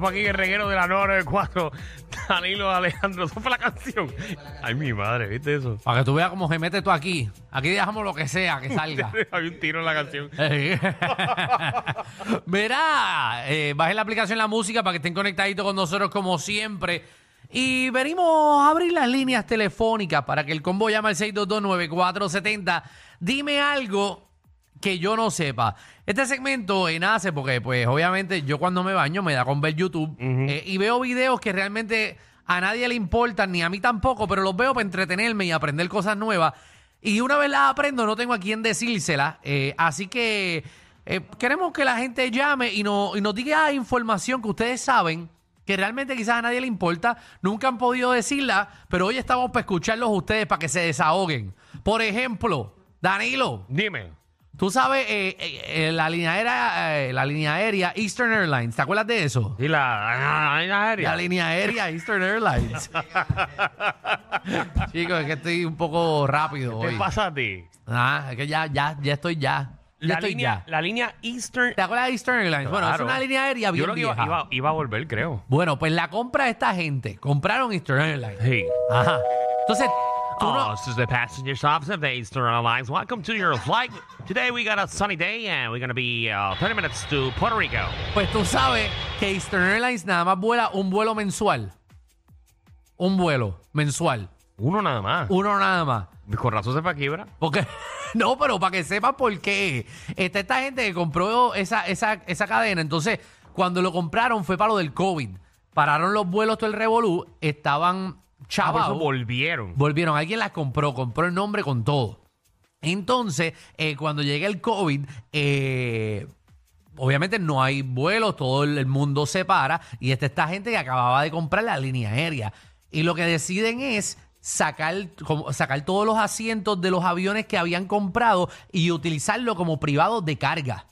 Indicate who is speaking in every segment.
Speaker 1: Estamos aquí en el reguero de la 994, Danilo Alejandro. Esa fue la canción. Ay, mi madre, ¿viste eso?
Speaker 2: Para que tú veas cómo se mete tú aquí. Aquí dejamos lo que sea que salga.
Speaker 1: Había un tiro en la canción.
Speaker 2: Verá, eh, bajen la aplicación La Música para que estén conectaditos con nosotros como siempre. Y venimos a abrir las líneas telefónicas para que el combo llame al 6229470. Dime algo que yo no sepa. Este segmento eh, nace porque, pues, obviamente, yo cuando me baño me da con ver YouTube eh, y veo videos que realmente a nadie le importan, ni a mí tampoco, pero los veo para entretenerme y aprender cosas nuevas. Y una vez las aprendo, no tengo a quién decírsela. eh, así que eh, queremos que la gente llame y, no, y nos diga información que ustedes saben que realmente quizás a nadie le importa, nunca han podido decirla, pero hoy estamos para escucharlos ustedes para que se desahoguen. Por ejemplo, Danilo,
Speaker 1: Dime.
Speaker 2: Tú sabes, eh, eh, eh, la, línea aérea, eh, la línea aérea Eastern Airlines, ¿te acuerdas de eso?
Speaker 1: ¿Y la vaina
Speaker 2: La
Speaker 1: aérea?
Speaker 2: línea aérea Eastern Airlines. Chicos, es que estoy un poco rápido
Speaker 1: ¿Qué
Speaker 2: hoy.
Speaker 1: pasa a ti?
Speaker 2: Ah, es que ya, ya, ya estoy ya. Ya
Speaker 1: La
Speaker 2: estoy
Speaker 1: línea,
Speaker 2: ya.
Speaker 1: la línea Eastern.
Speaker 2: ¿Te acuerdas de Eastern Airlines? Bueno, es
Speaker 1: Claro.
Speaker 2: una línea aérea bien
Speaker 1: Yo creo que iba,
Speaker 2: vieja.
Speaker 1: iba- iba a volver, creo.
Speaker 2: Bueno, pues la compra de esta gente. Compraron Eastern Airlines.
Speaker 1: Sí.
Speaker 2: Ajá. Entonces, tú
Speaker 1: Oh,
Speaker 2: no...
Speaker 1: this is the passenger service of the Eastern Airlines. Welcome to your flight. Today we got a sunny day and we're going to be uh, 30 minutes to Puerto Rico.
Speaker 2: Pues tú sabes que Eastern Airlines nada más vuela un vuelo mensual. Un vuelo mensual.
Speaker 1: Uno nada más.
Speaker 2: Uno nada más.
Speaker 1: Con razón se fue a quiebra.
Speaker 2: Porque, no, pero para que sepas por qué. Está esta gente que compró esa, esa, esa cadena. Entonces, cuando lo compraron fue para lo del COVID. Pararon los vuelos todo el revolú. Estaban
Speaker 1: Ah, por eso
Speaker 2: chavados.
Speaker 1: volvieron.
Speaker 2: Volvieron, alguien las compró, compró el nombre con todo. Entonces, eh, cuando llega el COVID, eh, obviamente no hay vuelos, todo el el mundo se para y está esta gente que acababa de comprar la línea aérea. Y lo que deciden es sacar, como- sacar todos los asientos de los aviones que habían comprado y utilizarlo como privado de carga.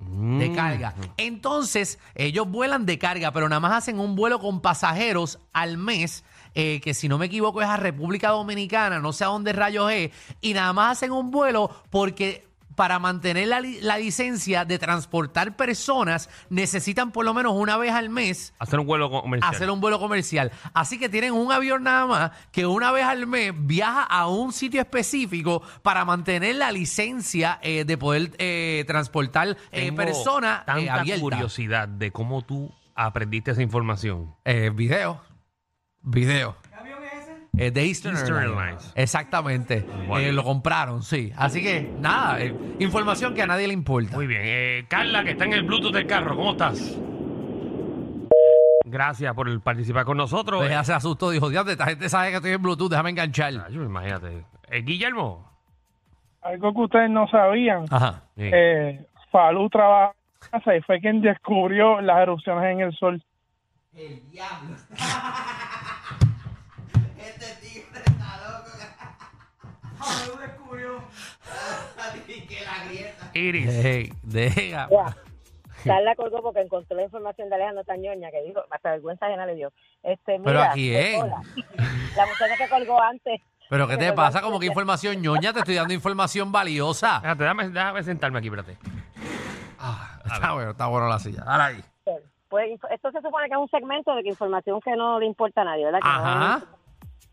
Speaker 2: De carga. Entonces, ellos vuelan de carga, pero nada más hacen un vuelo con pasajeros al mes, eh, que si no me equivoco es a República Dominicana, no sé a dónde rayos es, y nada más hacen un vuelo porque para mantener la, li- la licencia de transportar personas necesitan por lo menos una vez al mes
Speaker 1: Hacer un vuelo comercial.
Speaker 2: hacer un vuelo comercial. Así que tienen un avión nada más que una vez al mes viaja a un sitio específico para mantener la licencia eh, de poder eh, transportar eh,
Speaker 1: Tengo
Speaker 2: personas eh,
Speaker 1: tanta
Speaker 2: abiertas.
Speaker 1: curiosidad de cómo tú aprendiste esa información.
Speaker 2: Eh, video. Video. ¿Qué avión es ese? de Eastern,
Speaker 1: Eastern
Speaker 2: Airlines.
Speaker 1: Airlines.
Speaker 2: Exactamente.
Speaker 1: Wow.
Speaker 2: Eh, lo compraron, sí. Así que, nada, eh, información que a nadie le importa.
Speaker 1: Muy bien. Eh, Carla, que está en el Bluetooth del carro, ¿cómo estás? Gracias por participar con nosotros.
Speaker 2: Pues ya se asustó, dijo, diante, esta gente sabe que estoy en Bluetooth, déjame enganchar.
Speaker 1: Ay, imagínate. Eh, Guillermo.
Speaker 3: algo que ustedes no sabían,
Speaker 2: Ajá.
Speaker 1: Sí.
Speaker 3: eh, Falú trabaja en casa y fue quien descubrió las erupciones en el sol.
Speaker 1: Iris.
Speaker 2: Ey, deja.
Speaker 4: Ya. Carla colgó porque encontró la información de Alejandro Tañoña que dijo, hasta vergüenza ajena le dio. Este, mira,
Speaker 2: Pero ¿a quién?
Speaker 4: hola. La muchacha que colgó antes.
Speaker 2: Pero ¿qué te
Speaker 4: Pero
Speaker 2: pasa?
Speaker 4: la-
Speaker 2: Como que información ñoña, te estoy dando información valiosa.
Speaker 1: Espérate, déjame, déjame sentarme aquí, espérate.
Speaker 2: Está bueno, está bueno la silla. Ahora ahí.
Speaker 4: Pues inf- esto se supone que es un segmento de que información que no le importa a nadie, ¿verdad? Que no-
Speaker 2: Ajá.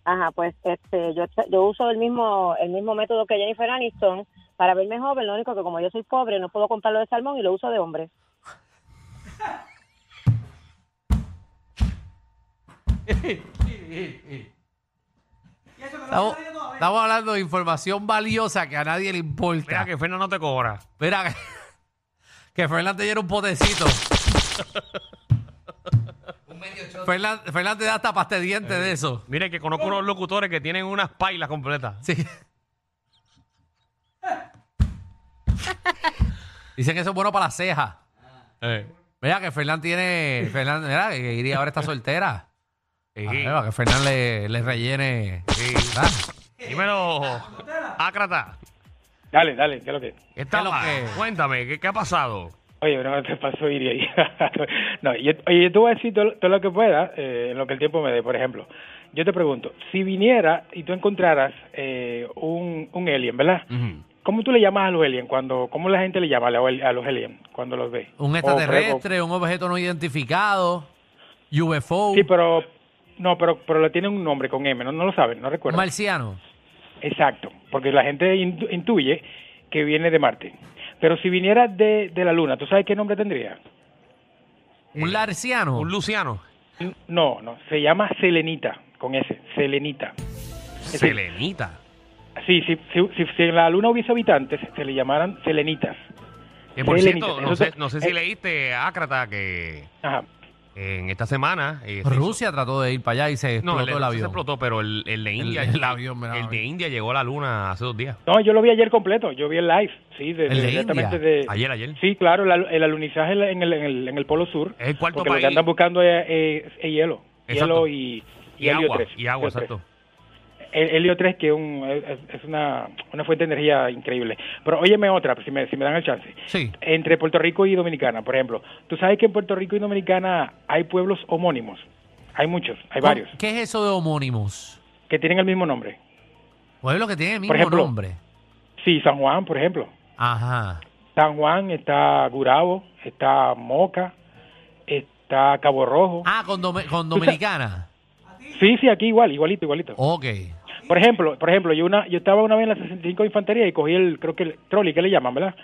Speaker 4: ajá, pues este, yo, yo uso el mismo, el mismo método que Jennifer Aniston para verme joven, lo único que como yo soy pobre no puedo comprarlo de salmón y lo uso de hombre.
Speaker 2: Estamos, estamos hablando de información valiosa que a nadie le importa.
Speaker 1: Mira que Fernan no te cobra.
Speaker 2: Mira, que, que Fernández te diera un potecito. Fernan, Fernan te da hasta pasta de dientes de eso.
Speaker 1: Mire que conozco unos locutores que tienen unas pailas completas.
Speaker 2: Sí. Dicen que eso es bueno para las cejas.
Speaker 1: Eh.
Speaker 2: Mira que Fernán tiene. Fernán, mira que iría ahora está soltera.
Speaker 1: Sí.
Speaker 2: Ah,
Speaker 1: eh,
Speaker 2: mira, que Fernán le, le rellene.
Speaker 1: Sí.
Speaker 2: ¿verdad?
Speaker 1: eh, Dímelo, Ácrata.
Speaker 3: Dale, dale, ¿qué es lo que?
Speaker 1: ¿Qué está
Speaker 2: ¿Qué es lo
Speaker 1: mal?
Speaker 2: que?
Speaker 1: Cuéntame, ¿qué, qué ha pasado?
Speaker 3: Oye, pero no te pasó ir ahí. no, yo, oye, yo te voy a decir todo, todo lo que pueda, eh, en lo que el tiempo me dé. Por ejemplo, yo te pregunto, si viniera y tú encontraras eh, un, un alien, ¿verdad?
Speaker 2: Mm.
Speaker 3: ¿Cómo tú le llamas a los alien? Cuando, ¿Cómo la gente le llama a los a los alien cuando los ve?
Speaker 2: Un
Speaker 3: O-
Speaker 2: extraterrestre, un objeto no identificado, UFO,
Speaker 3: o- sí, pero... No, pero, pero le tiene un nombre con M, no, no lo saben, no
Speaker 2: un
Speaker 3: recuerdo.
Speaker 2: marciano.
Speaker 3: Exacto, porque la gente intu- intuye que viene de Marte. Pero si viniera de, de la Luna, ¿tú sabes qué nombre tendría?
Speaker 2: Un larciano.
Speaker 1: Eh, Un Luciano.
Speaker 3: No, no, se llama Selenita, con S, Selenita. decir-
Speaker 1: Selenita.
Speaker 3: Sí, sí, sí, sí, si en la Luna hubiese habitantes, se le llamaran Selenitas.
Speaker 1: Que por
Speaker 3: Selenita,
Speaker 1: cierto,
Speaker 3: eso
Speaker 1: no sé,
Speaker 3: te-
Speaker 1: no sé si
Speaker 3: eh.
Speaker 1: leíste, Ácrata, que
Speaker 3: Ajá.
Speaker 1: en esta semana... eh, se
Speaker 2: Rusia trató de ir para allá y se
Speaker 1: No, el,
Speaker 2: explotó el,
Speaker 1: de Rusia se
Speaker 2: avión.
Speaker 1: explotó, pero el, el de India.
Speaker 2: el avión, mira,
Speaker 1: el de
Speaker 2: avión.
Speaker 1: India llegó a la luna hace dos días.
Speaker 3: No, yo lo vi ayer completo, yo vi el live, sí, de,
Speaker 2: ¿El de
Speaker 3: directamente
Speaker 2: India?
Speaker 3: de...
Speaker 1: Ayer, ayer.
Speaker 3: Sí, claro, la- el alunizaje en el, en el, en el- en el Polo Sur.
Speaker 1: Es el cuarto
Speaker 3: porque lo
Speaker 1: país.
Speaker 3: que andan buscando es, es- es hielo,
Speaker 1: Exacto.
Speaker 3: hielo y,
Speaker 1: Y
Speaker 3: helio
Speaker 1: agua,
Speaker 3: 3.
Speaker 1: y agua, exacto.
Speaker 3: El helio 3, que es un- es, es una, una fuente de energía increíble. Pero óyeme otra, si me, si me dan el chance.
Speaker 2: Sí.
Speaker 3: Entre Puerto Rico y Dominicana, por ejemplo. Tú sabes que en Puerto Rico y Dominicana hay pueblos homónimos. Hay muchos, hay varios,
Speaker 2: ¿Qué es eso de homónimos?
Speaker 3: que tienen el mismo nombre.
Speaker 2: Pueblo que tiene el mismo
Speaker 3: ejemplo.
Speaker 2: nombre.
Speaker 3: Sí, San Juan, por ejemplo.
Speaker 2: Ajá.
Speaker 3: San Juan está Gurabo, está Moca, está Cabo Rojo.
Speaker 2: Ah, con, dome- con dominicana.
Speaker 3: Sí, sí, aquí igual, igualito, igualito.
Speaker 2: Ok.
Speaker 3: Por ejemplo, por ejemplo, yo una, yo estaba una vez en la 65 de Infantería y cogí el, creo que el trolley, que le llaman, ¿verdad?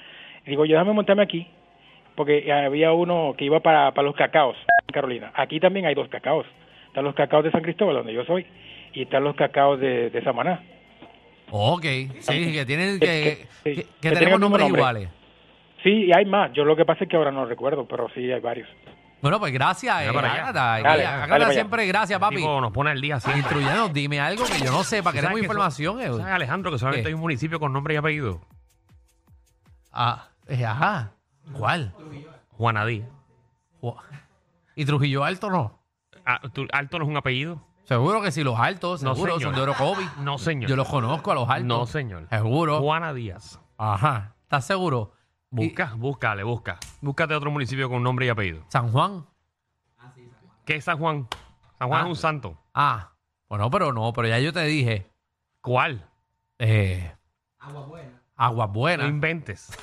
Speaker 3: Y digo, yo déjame montarme aquí, porque había uno que iba para, para los cacaos, en Carolina. Aquí también hay dos cacaos. Están los cacaos de San Cristóbal, donde yo soy, y están los cacaos de, de Samaná.
Speaker 2: Ok. Sí, que tienen que,
Speaker 3: que-
Speaker 2: que-
Speaker 3: que
Speaker 2: que
Speaker 3: tienen el mismo
Speaker 2: tenemos nombres
Speaker 3: nombre.
Speaker 2: iguales.
Speaker 3: Sí, y hay más. Yo lo que pasa es que ahora no recuerdo, pero sí hay varios.
Speaker 2: Bueno, pues gracias, eh,
Speaker 1: Mira para allá.
Speaker 2: Ágata. Eh,
Speaker 3: Dale,
Speaker 2: Ágata
Speaker 3: dale para allá.
Speaker 2: siempre, gracias,
Speaker 1: Papi.
Speaker 2: papi.
Speaker 1: nos pone al día siempre.
Speaker 2: Instruyanos, dime algo que yo no sepa,
Speaker 1: ¿Tú sabes
Speaker 2: queremos
Speaker 1: que
Speaker 2: información.
Speaker 1: so-
Speaker 2: eh.
Speaker 1: ¿Sabes, Alejandro, que solamente
Speaker 2: ¿Qué?
Speaker 1: hay un municipio con nombre y apellido?
Speaker 2: Ah, eh, ajá. ¿Cuál?
Speaker 1: Juanadí.
Speaker 2: Ju- ¿Y Trujillo Alto no?
Speaker 1: Ah, ¿tú- ¿Alto no es un apellido?
Speaker 2: Seguro que sí, los altos,
Speaker 1: No,
Speaker 2: seguro,
Speaker 1: señor.
Speaker 2: son de Orocovi.
Speaker 1: No, señor.
Speaker 2: Yo los conozco a los altos.
Speaker 1: No, señor.
Speaker 2: Seguro.
Speaker 1: Juana Díaz.
Speaker 2: Ajá. ¿Estás seguro? Y-
Speaker 1: Busca, búscale, busca. Búscate otro municipio con nombre y apellido.
Speaker 2: San Juan.
Speaker 1: ¿Qué es San Juan? San Juan
Speaker 2: Ah.
Speaker 1: es un santo.
Speaker 2: Ah. Bueno, pero no, pero ya yo te dije.
Speaker 1: ¿Cuál?
Speaker 2: Eh, Agua Buena.
Speaker 1: No
Speaker 2: Agua Buena.
Speaker 1: inventes.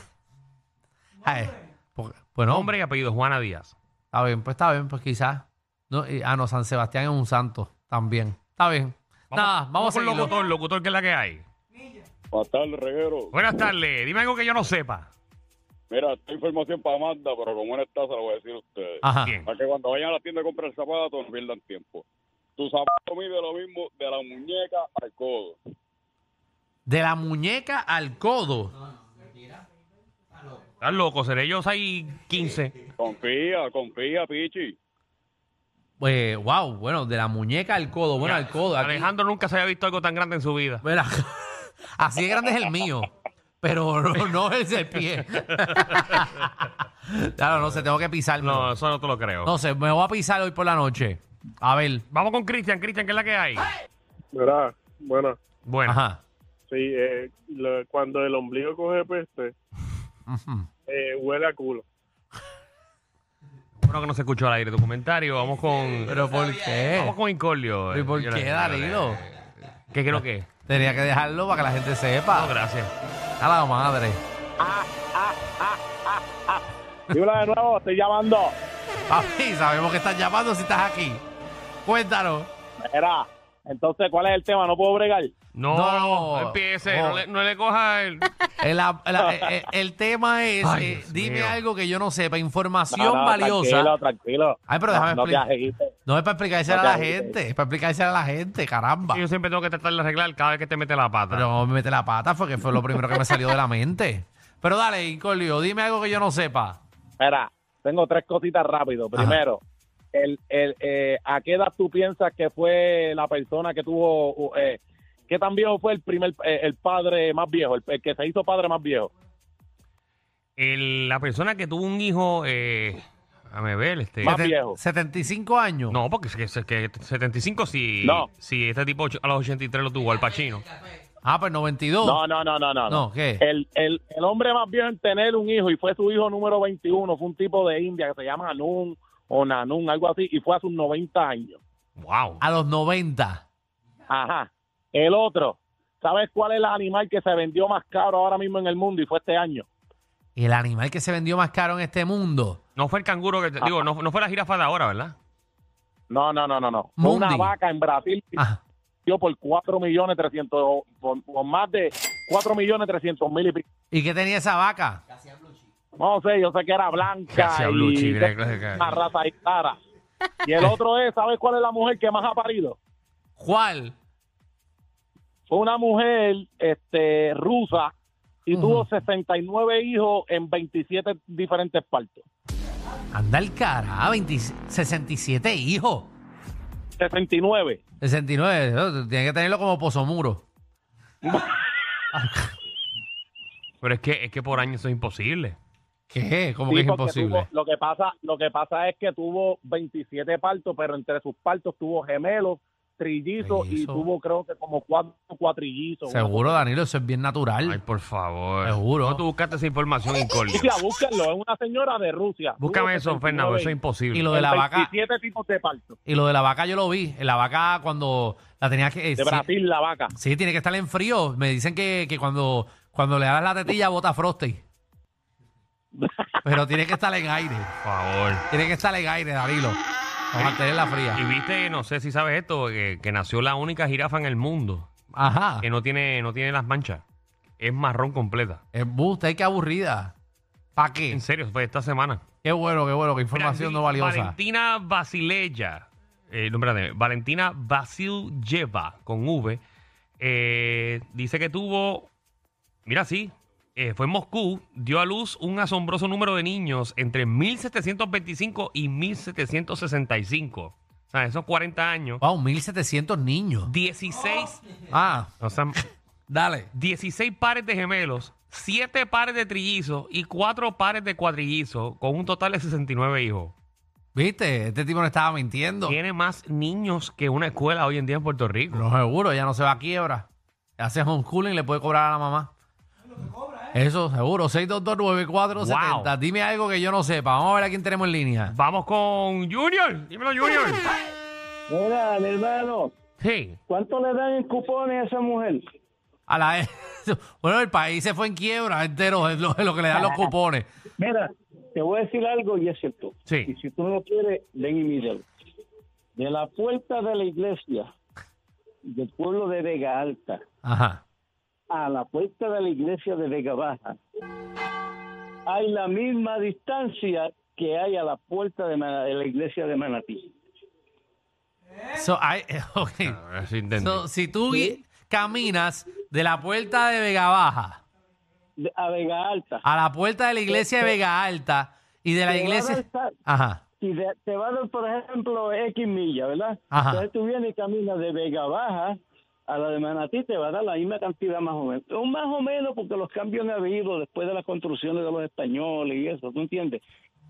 Speaker 2: bueno,
Speaker 1: Nombre y apellido, Juana Díaz.
Speaker 2: Está bien, pues está bien, pues quizás. No, eh, ah, no, San Sebastián es un santo también. Está bien. Nada, vamos a
Speaker 1: con
Speaker 2: seguirlo.
Speaker 1: locutor, locutor que es la que hay.
Speaker 5: Buenas tardes, reguero.
Speaker 1: Buenas tardes. Dime algo que yo no sepa.
Speaker 5: Mira, esta información para Amanda, pero como él está, se la voy a decir a ustedes.
Speaker 2: Ajá.
Speaker 1: Bien.
Speaker 5: Para que cuando vayan a la tienda a comprar zapatos, no pierdan tiempo. Tu zapato mide lo mismo de la muñeca al codo.
Speaker 2: De la muñeca al codo.
Speaker 1: Estás loco, seré yo 615.
Speaker 5: Confía, confía, Pichi.
Speaker 2: Pues, wow, bueno, de la muñeca al codo. Bueno, al codo. aquí-
Speaker 1: Alejandro nunca se había visto algo tan grande en su vida.
Speaker 2: Mira, así de grande es el mío, pero no, no es el pie. claro, no sé, tengo que pisarlo.
Speaker 1: No,
Speaker 2: No,
Speaker 1: eso no te lo creo.
Speaker 2: sé, me voy a pisar hoy por la noche. A ver,
Speaker 1: Vamos con Cristian, Cristian, ¿qué es la que hay?
Speaker 6: ¿Verdad? Bueno,
Speaker 1: Bueno,
Speaker 2: ajá.
Speaker 6: sí, eh, lo- cuando el ombligo coge peste,
Speaker 2: Ujú.
Speaker 6: eh, huele a culo.
Speaker 1: bueno que no se escuchó al aire tu comentario. Vamos con.
Speaker 2: Pero ¿por
Speaker 1: Vamos
Speaker 2: qué?
Speaker 1: con Incordio.
Speaker 2: ¿Y por
Speaker 1: Yo
Speaker 2: qué,
Speaker 1: le-
Speaker 2: Danilo?
Speaker 1: ¿Qué creo que?
Speaker 2: Tenía que dejarlo para que la gente
Speaker 1: No,
Speaker 2: sepa.
Speaker 1: gracias.
Speaker 2: A la madre.
Speaker 5: Dímela de nuevo, estoy llamando.
Speaker 2: Papi, sabemos que estás llamando si estás aquí. Cuéntanos.
Speaker 5: Mira, entonces, ¿cuál es el tema? No puedo bregar.
Speaker 1: No,
Speaker 2: No.
Speaker 1: no, empiece.
Speaker 2: No.
Speaker 1: No, le, no le coja el.
Speaker 2: El, la- la- eh, eh, el tema es,
Speaker 1: Ay,
Speaker 2: eh,
Speaker 1: Dios
Speaker 2: dime
Speaker 1: mío.
Speaker 2: algo que yo no sepa, información valiosa.
Speaker 5: tranquilo.
Speaker 2: Ay, pero déjame explicar.
Speaker 5: agite.
Speaker 2: No es para explicarse a
Speaker 5: Ok,
Speaker 2: la
Speaker 5: ok.
Speaker 2: gente, es para explicarse a la gente, caramba.
Speaker 1: Yo siempre tengo que tratar de arreglar cada vez que te mete la pata.
Speaker 2: Pero no me mete la pata, fue que fue lo primero que me salió de la mente. Pero dale, Incolio, dime algo que yo no sepa.
Speaker 5: Mira, tengo tres cositas rápido.
Speaker 2: Ajá.
Speaker 5: Primero, el, el, eh, ¿a qué edad tú piensas que fue la persona que tuvo... Eh, ¿Qué tan viejo fue el primer, eh, el padre más viejo, el, el que se hizo padre más viejo?
Speaker 1: El- la persona que tuvo un hijo, eh, a ver, este.
Speaker 5: Más
Speaker 2: Seten-
Speaker 5: viejo.
Speaker 2: 75 años.
Speaker 1: No, porque es que, es que 75 si,
Speaker 5: No.
Speaker 1: si este tipo ocho- a los 83 lo tuvo, al Pachino.
Speaker 2: Ah, pues 92.
Speaker 5: No, no, no, no, no. Eh.
Speaker 2: No, ¿qué?
Speaker 5: El, el, el hombre más viejo en tener un hijo y fue su hijo número 21, fue un tipo de India que se llama Anun o Nanun, algo así, y fue a sus 90 años.
Speaker 1: Wow.
Speaker 2: A los 90.
Speaker 5: Ajá. El otro, ¿sabes cuál es el animal que se vendió más caro ahora mismo en el mundo y fue este año?
Speaker 2: El animal que se vendió más caro en este mundo.
Speaker 1: No fue el canguro que. Digo, no, no fue la jirafa de ahora, ¿verdad?
Speaker 5: No, no, no, no, no. Fue una
Speaker 2: Mundi.
Speaker 5: vaca en Brasil que
Speaker 2: Ah,
Speaker 5: vendió por 4 millones 300, o por, por más de 4 millones 300 mil y pico.
Speaker 2: ¿Y qué tenía esa vaca?
Speaker 5: No sé, yo sé que era blanca.
Speaker 1: Casi a Blue
Speaker 5: y
Speaker 1: Chip, mira,
Speaker 5: una
Speaker 1: claro.
Speaker 5: raza ahí rara. Y el otro es, ¿sabes cuál es la mujer que más ha parido?
Speaker 2: ¿Cuál?
Speaker 5: Fue una mujer este, rusa y
Speaker 2: Ujú.
Speaker 5: tuvo 69 hijos en 27 diferentes partos.
Speaker 2: Anda el carajo, 20 67 hijos.
Speaker 5: 69.
Speaker 2: 69, ¿no? tiene que tenerlo como pozomuro.
Speaker 1: Pero es que, es que por año eso es imposible.
Speaker 2: ¿Qué? ¿Cómo
Speaker 5: Sí,
Speaker 2: que es
Speaker 5: porque
Speaker 2: imposible?
Speaker 5: tuvo- lo que pasa, lo que pasa es que tuvo 27 partos, pero entre sus partos tuvo gemelos, trillizos y
Speaker 2: Trillizo.
Speaker 5: tuvo creo que como cuatro cuatrillizos.
Speaker 2: Seguro, Danilo, eso es bien natural.
Speaker 1: Ay, por favor.
Speaker 2: Seguro.
Speaker 1: No tú buscaste esa información, Incordio.
Speaker 5: Rusia, búsquenlo, es una señora de Rusia.
Speaker 1: Búscame eso, Fernando, eso es
Speaker 2: y
Speaker 1: imposible.
Speaker 2: lo de la vaca,
Speaker 5: 27 tipos de partos.
Speaker 2: y lo de la vaca yo lo vi. La vaca cuando la tenías que. eh,
Speaker 5: De
Speaker 2: sí,
Speaker 5: Brasil, la vaca.
Speaker 2: sí, tiene que estar en frío. Me dicen que, que cuando, cuando le das la tetilla bota frosty. Pero tiene que estar en aire.
Speaker 1: Por favor.
Speaker 2: Tiene que estar en aire, Danilo. Para mantenerla
Speaker 1: Y
Speaker 2: fría.
Speaker 1: viste, no sé si sabes esto, que, que nació la única jirafa en el mundo
Speaker 2: Ajá.
Speaker 1: que no tiene, no tiene las manchas. Es marrón completa.
Speaker 2: Embuste, qué aburrida. ¿Para qué?
Speaker 1: En serio, fue esta semana.
Speaker 2: Qué bueno, qué bueno, qué información no
Speaker 1: Valentina-
Speaker 2: valiosa.
Speaker 1: Valentina Basileya. eh, no, espérate, Valentina Vasiljeva, con V. eh, dice que tuvo. Mira, sí. eh, fue en Moscú. Dio a luz un asombroso número de niños entre 1725 y 1765. O sea, esos 40 años.
Speaker 2: Wow, 1700 niños.
Speaker 1: 16.
Speaker 2: Ah,
Speaker 1: o sea,
Speaker 2: dale.
Speaker 1: 16 pares de gemelos, 7 pares de trillizos y 4 pares de cuadrillizos, con un total de 69 hijos.
Speaker 2: ¿Viste? Este tipo no estaba mintiendo.
Speaker 1: Tiene más niños que una escuela hoy en día en Puerto Rico.
Speaker 2: Lo seguro, ya no se va a quiebra. Hace homeschooling, le puede cobrar a la mamá. Eso, seguro. 6229470.
Speaker 1: Wow.
Speaker 2: Dime algo que yo no sepa. Vamos a ver a quién tenemos en línea.
Speaker 1: Vamos con Junior. Dímelo, Junior.
Speaker 7: Mira, Ah, mi hermano,
Speaker 1: Sí.
Speaker 7: ¿cuánto le dan en cupones a esa mujer?
Speaker 2: A la e- Bueno, el país se fue en quiebra entero es lo, es lo que le dan los cupones.
Speaker 7: Mira, te voy a decir algo y es cierto.
Speaker 1: Sí.
Speaker 7: Y si tú no lo quieres, ven y míralo. De la puerta de la iglesia del pueblo de Vega Alta
Speaker 2: Ajá.
Speaker 7: a la puerta de la iglesia de Vega Baja hay la misma distancia que hay a la puerta de, Mana- de la iglesia de Manatí.
Speaker 2: So, ay, ok.
Speaker 1: A ver si Ah, entendí.
Speaker 2: So, si tú gui- caminas de la puerta de Vega Baja
Speaker 7: De- a Vega Alta.
Speaker 2: a la puerta de la iglesia de Vega Alta y de la
Speaker 7: Te va a
Speaker 2: iglesia...
Speaker 7: dar-
Speaker 2: Ajá.
Speaker 7: y de- te va a dar, por ejemplo, X milla, ¿verdad?
Speaker 2: Ajá.
Speaker 7: Entonces tú vienes y caminas de Vega Baja a la de Manatí, te va a dar la misma cantidad más o menos. Un más o menos porque los cambios han habido después de las construcciones de los españoles y eso, ¿tú entiendes?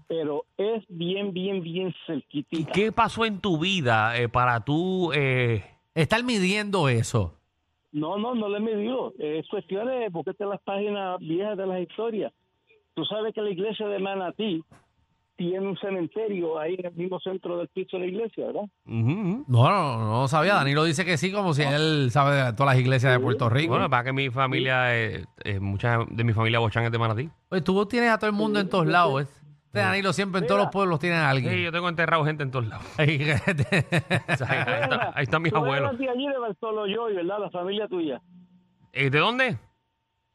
Speaker 7: Pero es bien, bien, bien
Speaker 1: ¿Y
Speaker 7: cerquitita.
Speaker 1: qué pasó en tu vida eh, para tú... eh,
Speaker 2: Estar midiendo eso.
Speaker 7: No, no, no le he medido. Es cuestión de porque estas las páginas viejas de las historias. Tú sabes que la iglesia de Manatí tiene un cementerio ahí en el mismo centro del piso de la iglesia, ¿verdad?
Speaker 1: ujú, ujú.
Speaker 2: No, no, no sabía. Danilo dice que sí, como si él sabe de todas las iglesias de Puerto Rico.
Speaker 1: Bueno, para que mi familia, eh, eh, mucha de mi familia Bochán es de Manatí.
Speaker 2: Oye, tú tienes a todo el mundo en todos lados. ¿eh? Este Danilo siempre en todos los pueblos tiene a
Speaker 1: Sí,
Speaker 2: alguien.
Speaker 1: yo tengo enterrado gente en todos lados. O sea, ahí, ahí está- ahí están mis
Speaker 7: Tú
Speaker 1: abuelos.
Speaker 7: eras de allí de Bartoloyoy, ¿verdad? La familia tuya.
Speaker 1: Eh, ¿De dónde?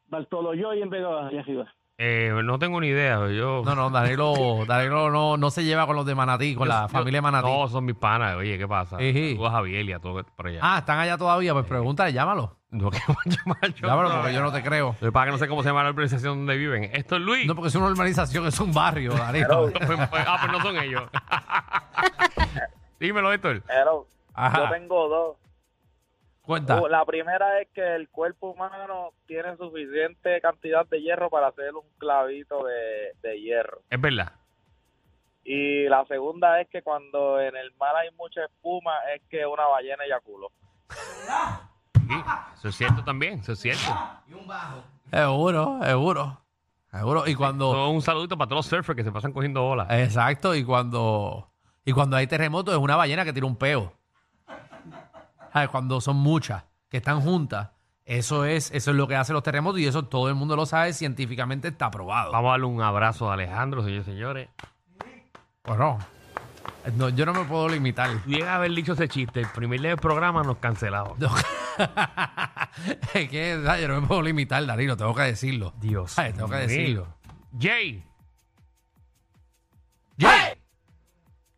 Speaker 7: Bartoloyoy en Vega Baja, allá arriba.
Speaker 1: Eh, no tengo ni idea. Yo,
Speaker 2: No, no, Danilo, Danilo no, no se lleva con los de Manatí, con la
Speaker 1: yo-
Speaker 2: familia de Manatí.
Speaker 1: No, son mis panas. Oye, ¿qué pasa?
Speaker 2: Ejí.
Speaker 1: Tú a Javier y a todo por allá.
Speaker 2: Ah, están allá todavía. Pues pregúntale, llámalo.
Speaker 1: No, que voy a llamar yo.
Speaker 2: Llámalo porque yo no te creo.
Speaker 1: Lo que pasa es que no sé cómo se llama la organización donde viven. Esto es Luis.
Speaker 2: No, porque es una urbanización, es un barrio, Danilo.
Speaker 1: Pues- pues- ah, pues no son ellos. Dímelo, Héctor.
Speaker 5: Hello.
Speaker 2: Ajá.
Speaker 5: Yo tengo dos.
Speaker 2: Cuenta.
Speaker 5: Uh, La primera es que el cuerpo humano tiene suficiente cantidad de hierro para hacer un clavito de, de hierro.
Speaker 1: Es verdad.
Speaker 5: Y la segunda es que cuando en el mar hay mucha espuma es que una ballena eyaculó.
Speaker 1: Sí, eso es cierto también, eso es cierto.
Speaker 2: Seguro, seguro. Seguro. Y cuando.
Speaker 1: Todo un saludito para todos los surfers que se pasan cogiendo olas.
Speaker 2: Exacto, y cuando. Y cuando hay terremoto es una ballena que tira un peo. ¿Sabes? Cuando son muchas, que están juntas. Eso es, eso es lo que hacen los terremotos y eso todo el mundo lo sabe, científicamente está probado.
Speaker 1: Vamos a darle un abrazo a Alejandro, señores y señores.
Speaker 2: Bueno, no, yo no me puedo limitar.
Speaker 1: Llega a haber dicho ese chiste, el primer día del programa nos cancelamos.
Speaker 2: No. es que ¿sabes? yo no me puedo limitar, Danilo, tengo que decirlo.
Speaker 1: Dios
Speaker 2: Ay, tengo que
Speaker 1: mío.
Speaker 2: decirlo.
Speaker 1: Jay.
Speaker 2: ¡Jay!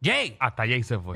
Speaker 2: ¡Jay!
Speaker 1: Hasta Jay se fue.